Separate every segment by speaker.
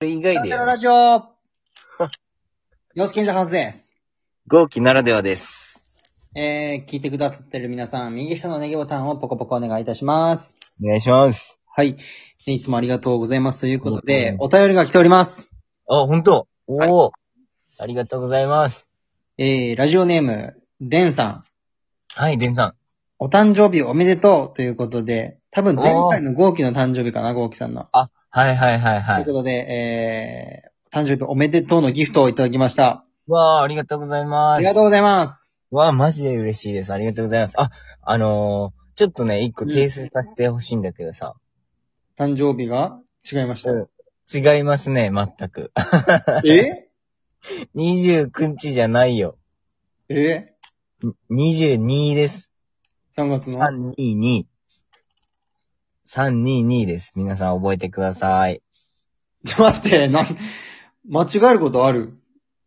Speaker 1: それ以外
Speaker 2: ラ
Speaker 1: で
Speaker 2: ジオ
Speaker 1: や
Speaker 2: ラ
Speaker 1: る。
Speaker 2: ジ オ洋介んじゃはずです。
Speaker 1: 豪気ならではです。
Speaker 2: えー、聞いてくださってる皆さん、右下のネギボタンをポコポコお願いいたします。
Speaker 1: お願いします。
Speaker 2: はい。でいつもありがとうございますということ
Speaker 1: うん
Speaker 2: で、お便りが来ております。
Speaker 1: あ、本当おお、
Speaker 2: はい
Speaker 1: ありがとうございます。
Speaker 2: えー、ラジオネーム、デンさん、
Speaker 1: はい、デンさん。
Speaker 2: お誕生日おめでとうということで、多分前回の豪輝の誕生日かな、豪輝さんの。
Speaker 1: はいはいはいは
Speaker 2: ということで、えー、誕生日おめでとうのギフトをいただきました。
Speaker 1: わあ、ありがとうございます。
Speaker 2: ありがとうございます。
Speaker 1: わあ、マジで嬉しいです。ありがとうございます。あ、あのー、ちょっとね、一個
Speaker 2: うん
Speaker 1: 訂正させてほしいんだけどさ。
Speaker 2: 誕生日が違いました。
Speaker 1: 違いますね、全く。
Speaker 2: え
Speaker 1: 29日じゃないよ。
Speaker 2: え
Speaker 1: に22です。
Speaker 2: ?3 月の
Speaker 1: 322。322です。皆さん覚えてください。
Speaker 2: ちょ、待って、なん、間違えることある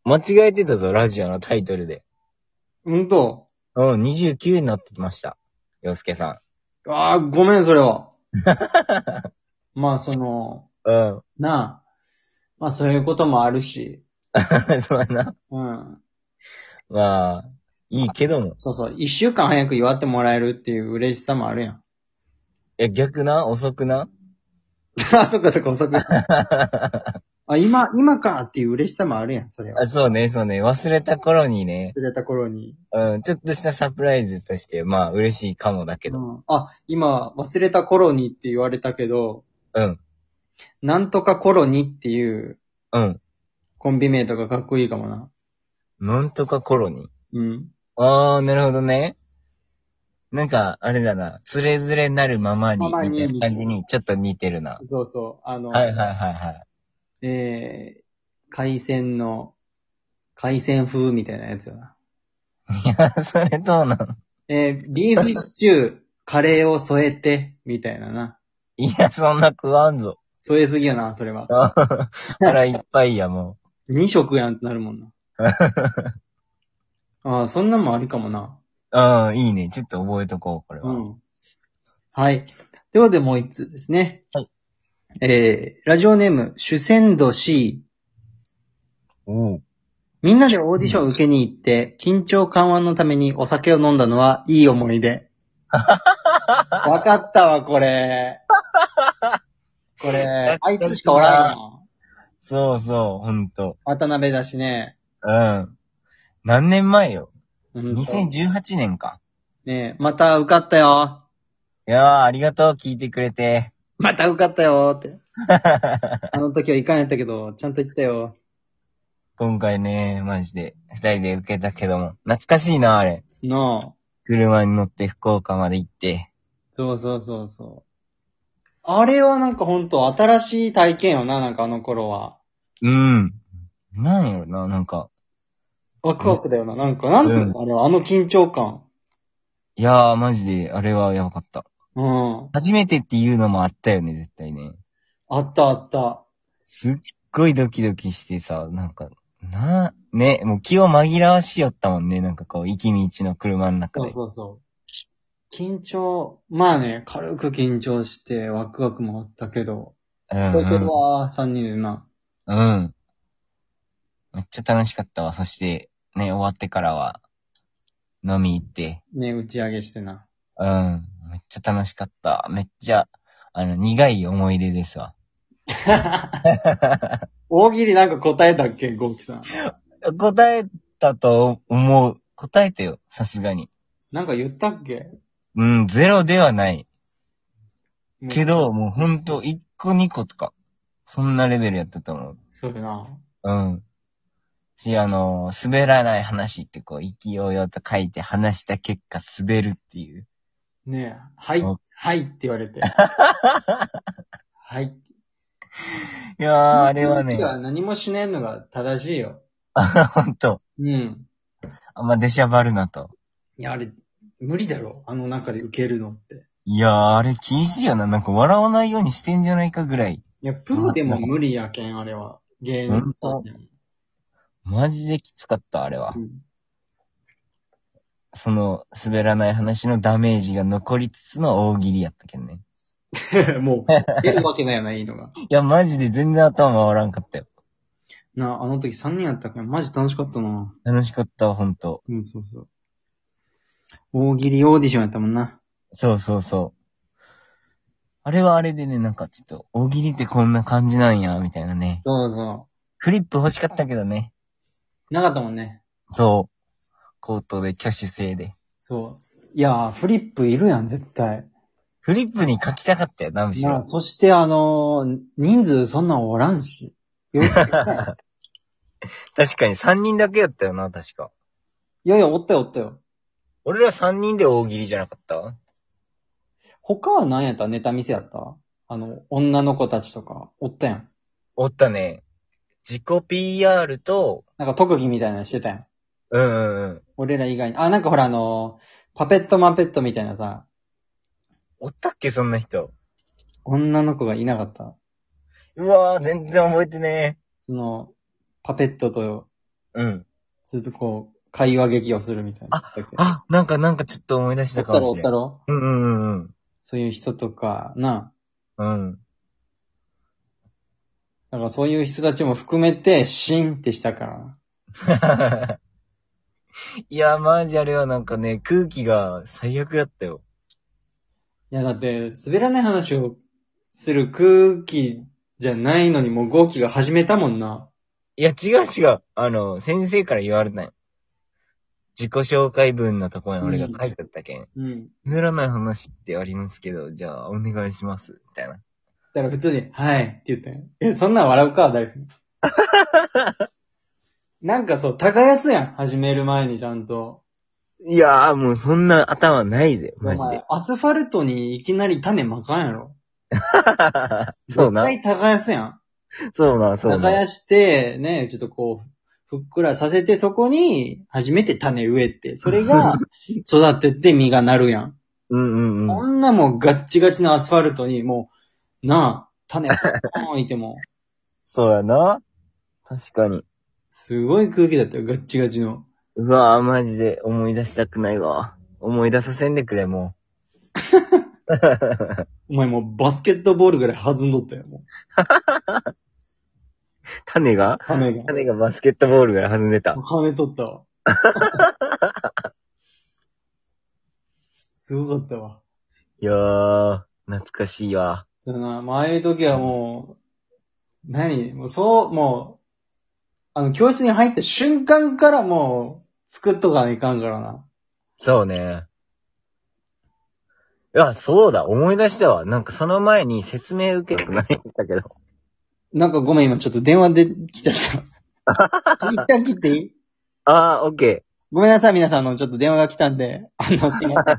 Speaker 1: 間違えてたぞ、ラジオのタイトルで。
Speaker 2: うんと。
Speaker 1: うん、29になってきました。洋介さ
Speaker 2: ああ、ごめん、それは。まあ、その、
Speaker 1: ん。 うん。
Speaker 2: なあ。まあ、そういうこともあるし。
Speaker 1: そうやな。
Speaker 2: うん。
Speaker 1: まあ、いいけども。
Speaker 2: そうそう。一週間早く祝ってもらえるっていう嬉しさもあるやん。
Speaker 1: え、逆な遅くな
Speaker 2: あ、そっかそっか、遅く。あ、今、今かっていう嬉しさもあるやん、それは。
Speaker 1: あそうね、そうね。忘れた頃にね、
Speaker 2: 忘れた頃に。
Speaker 1: うん、ちょっとしたサプライズとして、まあ、嬉しいかもだけ
Speaker 2: う
Speaker 1: ど。
Speaker 2: ん、あ、今、忘れた頃にって言われたけど、
Speaker 1: うん、
Speaker 2: なんとか頃にっていう
Speaker 1: うん。
Speaker 2: コンビ名とかかっこいいかもな。
Speaker 1: なんとか頃に。
Speaker 2: うん。
Speaker 1: あー、なるほどね。なんか、あれだな。つれづれなるままに、
Speaker 2: ままに
Speaker 1: みたいな感じに、ちょっと似てるな。
Speaker 2: そうそう。あの、
Speaker 1: はいはいはいはい。
Speaker 2: えー、海鮮の、海鮮風みたいなやつよな。
Speaker 1: いや、それどうなの
Speaker 2: えー、ビーフシチュー、カレーを添えて、みたいなな。
Speaker 1: いや、そんな食わんぞ。
Speaker 2: 添えすぎやな、それは。
Speaker 1: あ腹いっぱいや、も
Speaker 2: 二食やんってなるも んな。ああ、そんなんもありかもな。
Speaker 1: う。ああ、いいね。ちょっと覚えとこう、これ
Speaker 2: う
Speaker 1: は。
Speaker 2: ん。はい。ではでもう一つですね。
Speaker 1: はい。
Speaker 2: えー、ラジオネーム、主戦度 C。
Speaker 1: おう。
Speaker 2: みんなでオーディションを受けに行って、緊張緩和のためにお酒を飲んだのはいい思い 出。わかったわ、これ。これ、あいつしかおらんの。
Speaker 1: そうそう、ほんと。
Speaker 2: 渡辺だしね。
Speaker 1: うん。何年前よ。
Speaker 2: うんと
Speaker 1: 2018年か。
Speaker 2: ねえまた受かったよ。
Speaker 1: いやー、ありがとう、聞いてくれて。
Speaker 2: また受かったよ って。あの時はいかんやったけど、ちゃんと言ったよ。
Speaker 1: 今回ね、マジで、二人で受けたけども。懐かしいな、あれ。
Speaker 2: の
Speaker 1: 車に乗って福岡まで行って。
Speaker 2: そうそうそうそう。あれはなんかほんと新しい体験よな、なんかあの頃は。
Speaker 1: うん。なんやろな、なんか。
Speaker 2: ワクワクだよな、なんか、なんていうの、あれは、あの緊張感。
Speaker 1: いやー、マジで、あれはやばかった。
Speaker 2: うん。
Speaker 1: 初めてっていうのもあったよね、絶対ね。
Speaker 2: あったあった。
Speaker 1: すっごいドキドキしてさ、なんか、な、ね、もう気を紛らわしよったもんね、なんかこう、行き道の車の中
Speaker 2: そう
Speaker 1: で。
Speaker 2: そうそう。緊張、まあね、軽く緊張して、ワクワクもあったけど、
Speaker 1: うん、
Speaker 2: 東京
Speaker 1: う
Speaker 2: は3人でな。
Speaker 1: ん。うん。めっちゃ楽しかったわ。そして、ね、終わってからは、飲み行って。
Speaker 2: ね、打ち上げしてな。
Speaker 1: うん。めっちゃ楽しかった。めっちゃ、あの、苦い思い出ですわ。
Speaker 2: 大喜利なんか答えたっけ、ゴッキさん。
Speaker 1: 答えたと思う。答えてよ、さすがに。
Speaker 2: なんか言ったっけ
Speaker 1: うん、ゼロではない。け。
Speaker 2: もう
Speaker 1: ど、もうほんと、1個2個とか、そんなレベルやったと思う。
Speaker 2: そうやな。
Speaker 1: うん。し、あの、滑らない話ってこう、意気揚々と書いて話した結果、滑るっていう。
Speaker 2: ねえ、はい
Speaker 1: うん、
Speaker 2: はいって言われて。はい。
Speaker 1: いやー、 あれはね
Speaker 2: ゴッキ、は何もしないのが正しいよ。
Speaker 1: ほんと、
Speaker 2: うん。
Speaker 1: あんま出しゃばるなと。
Speaker 2: いや、あれ、無理だろ。あの中で受けるのって。
Speaker 1: いやー、あれ厳しいよな。なんか笑わないようにしてんじゃないかぐらい。
Speaker 2: いや、プロでも無理やけん、あれは。芸人さんでも。
Speaker 1: マジできつかった、あれは
Speaker 2: う。ん
Speaker 1: その、滑らない話のダメージが残りつつの大喜利やったけんね。
Speaker 2: も う、出るわけだよな、いいのが。
Speaker 1: いや、マジで全然頭回らんかったよ。
Speaker 2: な、あの時3人やったから、マジ楽しかったな。
Speaker 1: 楽しかったわ、ほんと。
Speaker 2: うん、そうそう。大喜利オーディションやったもんな。
Speaker 1: そうそうそう。あれはあれでね、なんかちょっと、大喜利ってこんな感じなんや、みたいなね。
Speaker 2: そうそ
Speaker 1: フリップ欲しかったけどね。
Speaker 2: う。なかったもんね。
Speaker 1: そう。口頭で挙手制で。
Speaker 2: そう。いやー、フリップいるやん、絶対。
Speaker 1: フリップに書きたかったよ、ナムシ
Speaker 2: な
Speaker 1: は。
Speaker 2: そして、あのー人数そんなんおらんし。 よ
Speaker 1: 確かに3人だけやったよな、確か。
Speaker 2: いやいや、おったよ、おったよ。
Speaker 1: 俺ら3人で大喜利じゃなかった
Speaker 2: 他は何やったネタ見せやったあの、女の子たちとか、おったやん。
Speaker 1: おったね。自己 PR と、
Speaker 2: なんか特技みたいなのしてたやん。
Speaker 1: うんうんうん。
Speaker 2: 俺ら以外に。あ、なんかほらあのーパペットマペットみたいなさ、
Speaker 1: おったっけ、そんな人。
Speaker 2: 女の子がいなかった。
Speaker 1: うわぁ、全然覚えてね
Speaker 2: その、パペットと、
Speaker 1: え。うん。
Speaker 2: ずっとこう、会話劇をするみたいな。あ
Speaker 1: あ、なんかなんかちょっと思い出し
Speaker 2: お
Speaker 1: た
Speaker 2: っ
Speaker 1: か
Speaker 2: たろ、お
Speaker 1: も
Speaker 2: っ
Speaker 1: しれ
Speaker 2: た
Speaker 1: ん。
Speaker 2: ろ
Speaker 1: うんうんうん
Speaker 2: そういう人とか、な。
Speaker 1: うん。うん。
Speaker 2: だからそういう人たちも含めて、シーンってしたから。
Speaker 1: いや、マジあれはなんかね、空気が最悪だったよ。
Speaker 2: いや、だって、滑らない話をする空気じゃないのに、もう号機が始めたもんな。
Speaker 1: いや、違う違う。あの、先生から言われたんよ自己紹介文のところに俺が書いてあったけん。
Speaker 2: うん。
Speaker 1: 塗らない話ってありますけど、じゃあお願いします。みたいな。
Speaker 2: だから普通に、はいって言ったよ。え、そんなん笑うか、誰か。 なんかそう、耕すやん。始める前にちゃんと。
Speaker 1: いやーもうそんな頭ないぜ、マジ
Speaker 2: お
Speaker 1: で
Speaker 2: 前。アスファルトにいきなり種まかんやろ。
Speaker 1: そうな。
Speaker 2: 絶対耕すやん。
Speaker 1: そうな、そうな。
Speaker 2: 耕して、ね、ちょっとこう、ふっくらさせて、そこに、初めて種植えて、そ れが、育ってって実がなるやん。
Speaker 1: うんうん
Speaker 2: こ
Speaker 1: うん。
Speaker 2: んなもうガッチガチのアスファルトに、もう、なあ、種、置いても、
Speaker 1: そうやな。確かに。
Speaker 2: すごい空気だったよ、ガッチガチの。
Speaker 1: うわぁ、マジで思い出したくないわ。思い出させんでくれ、もう。
Speaker 2: お前もうバスケットボールぐらい弾んどったよ、もう。
Speaker 1: 種が
Speaker 2: 羽が。
Speaker 1: 種がバスケットボールから弾んでた。
Speaker 2: 羽取ったわ。すごかったわ。
Speaker 1: いやー、懐かしいわ。
Speaker 2: そうやな、もうああいう時はもう、何もうそう、もう、あの、教室に入った瞬間からもう、作っとかないかんからな。
Speaker 1: そうね。いや、そうだ、思い出したわ。なんかその前に説明受けたくないんだけど。
Speaker 2: なんかごめん、今ちょっと電話で来ちゃった。一旦切っていい
Speaker 1: あー、オッケ
Speaker 2: ごめんなさい、皆さん、あの、ちょっと電話が来たんで、あの、すいません。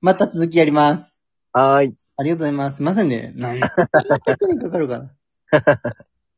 Speaker 2: また続きやります。
Speaker 1: ー。はーい。
Speaker 2: ありがとうございます。すいませんね。なん何の時にかかるかな。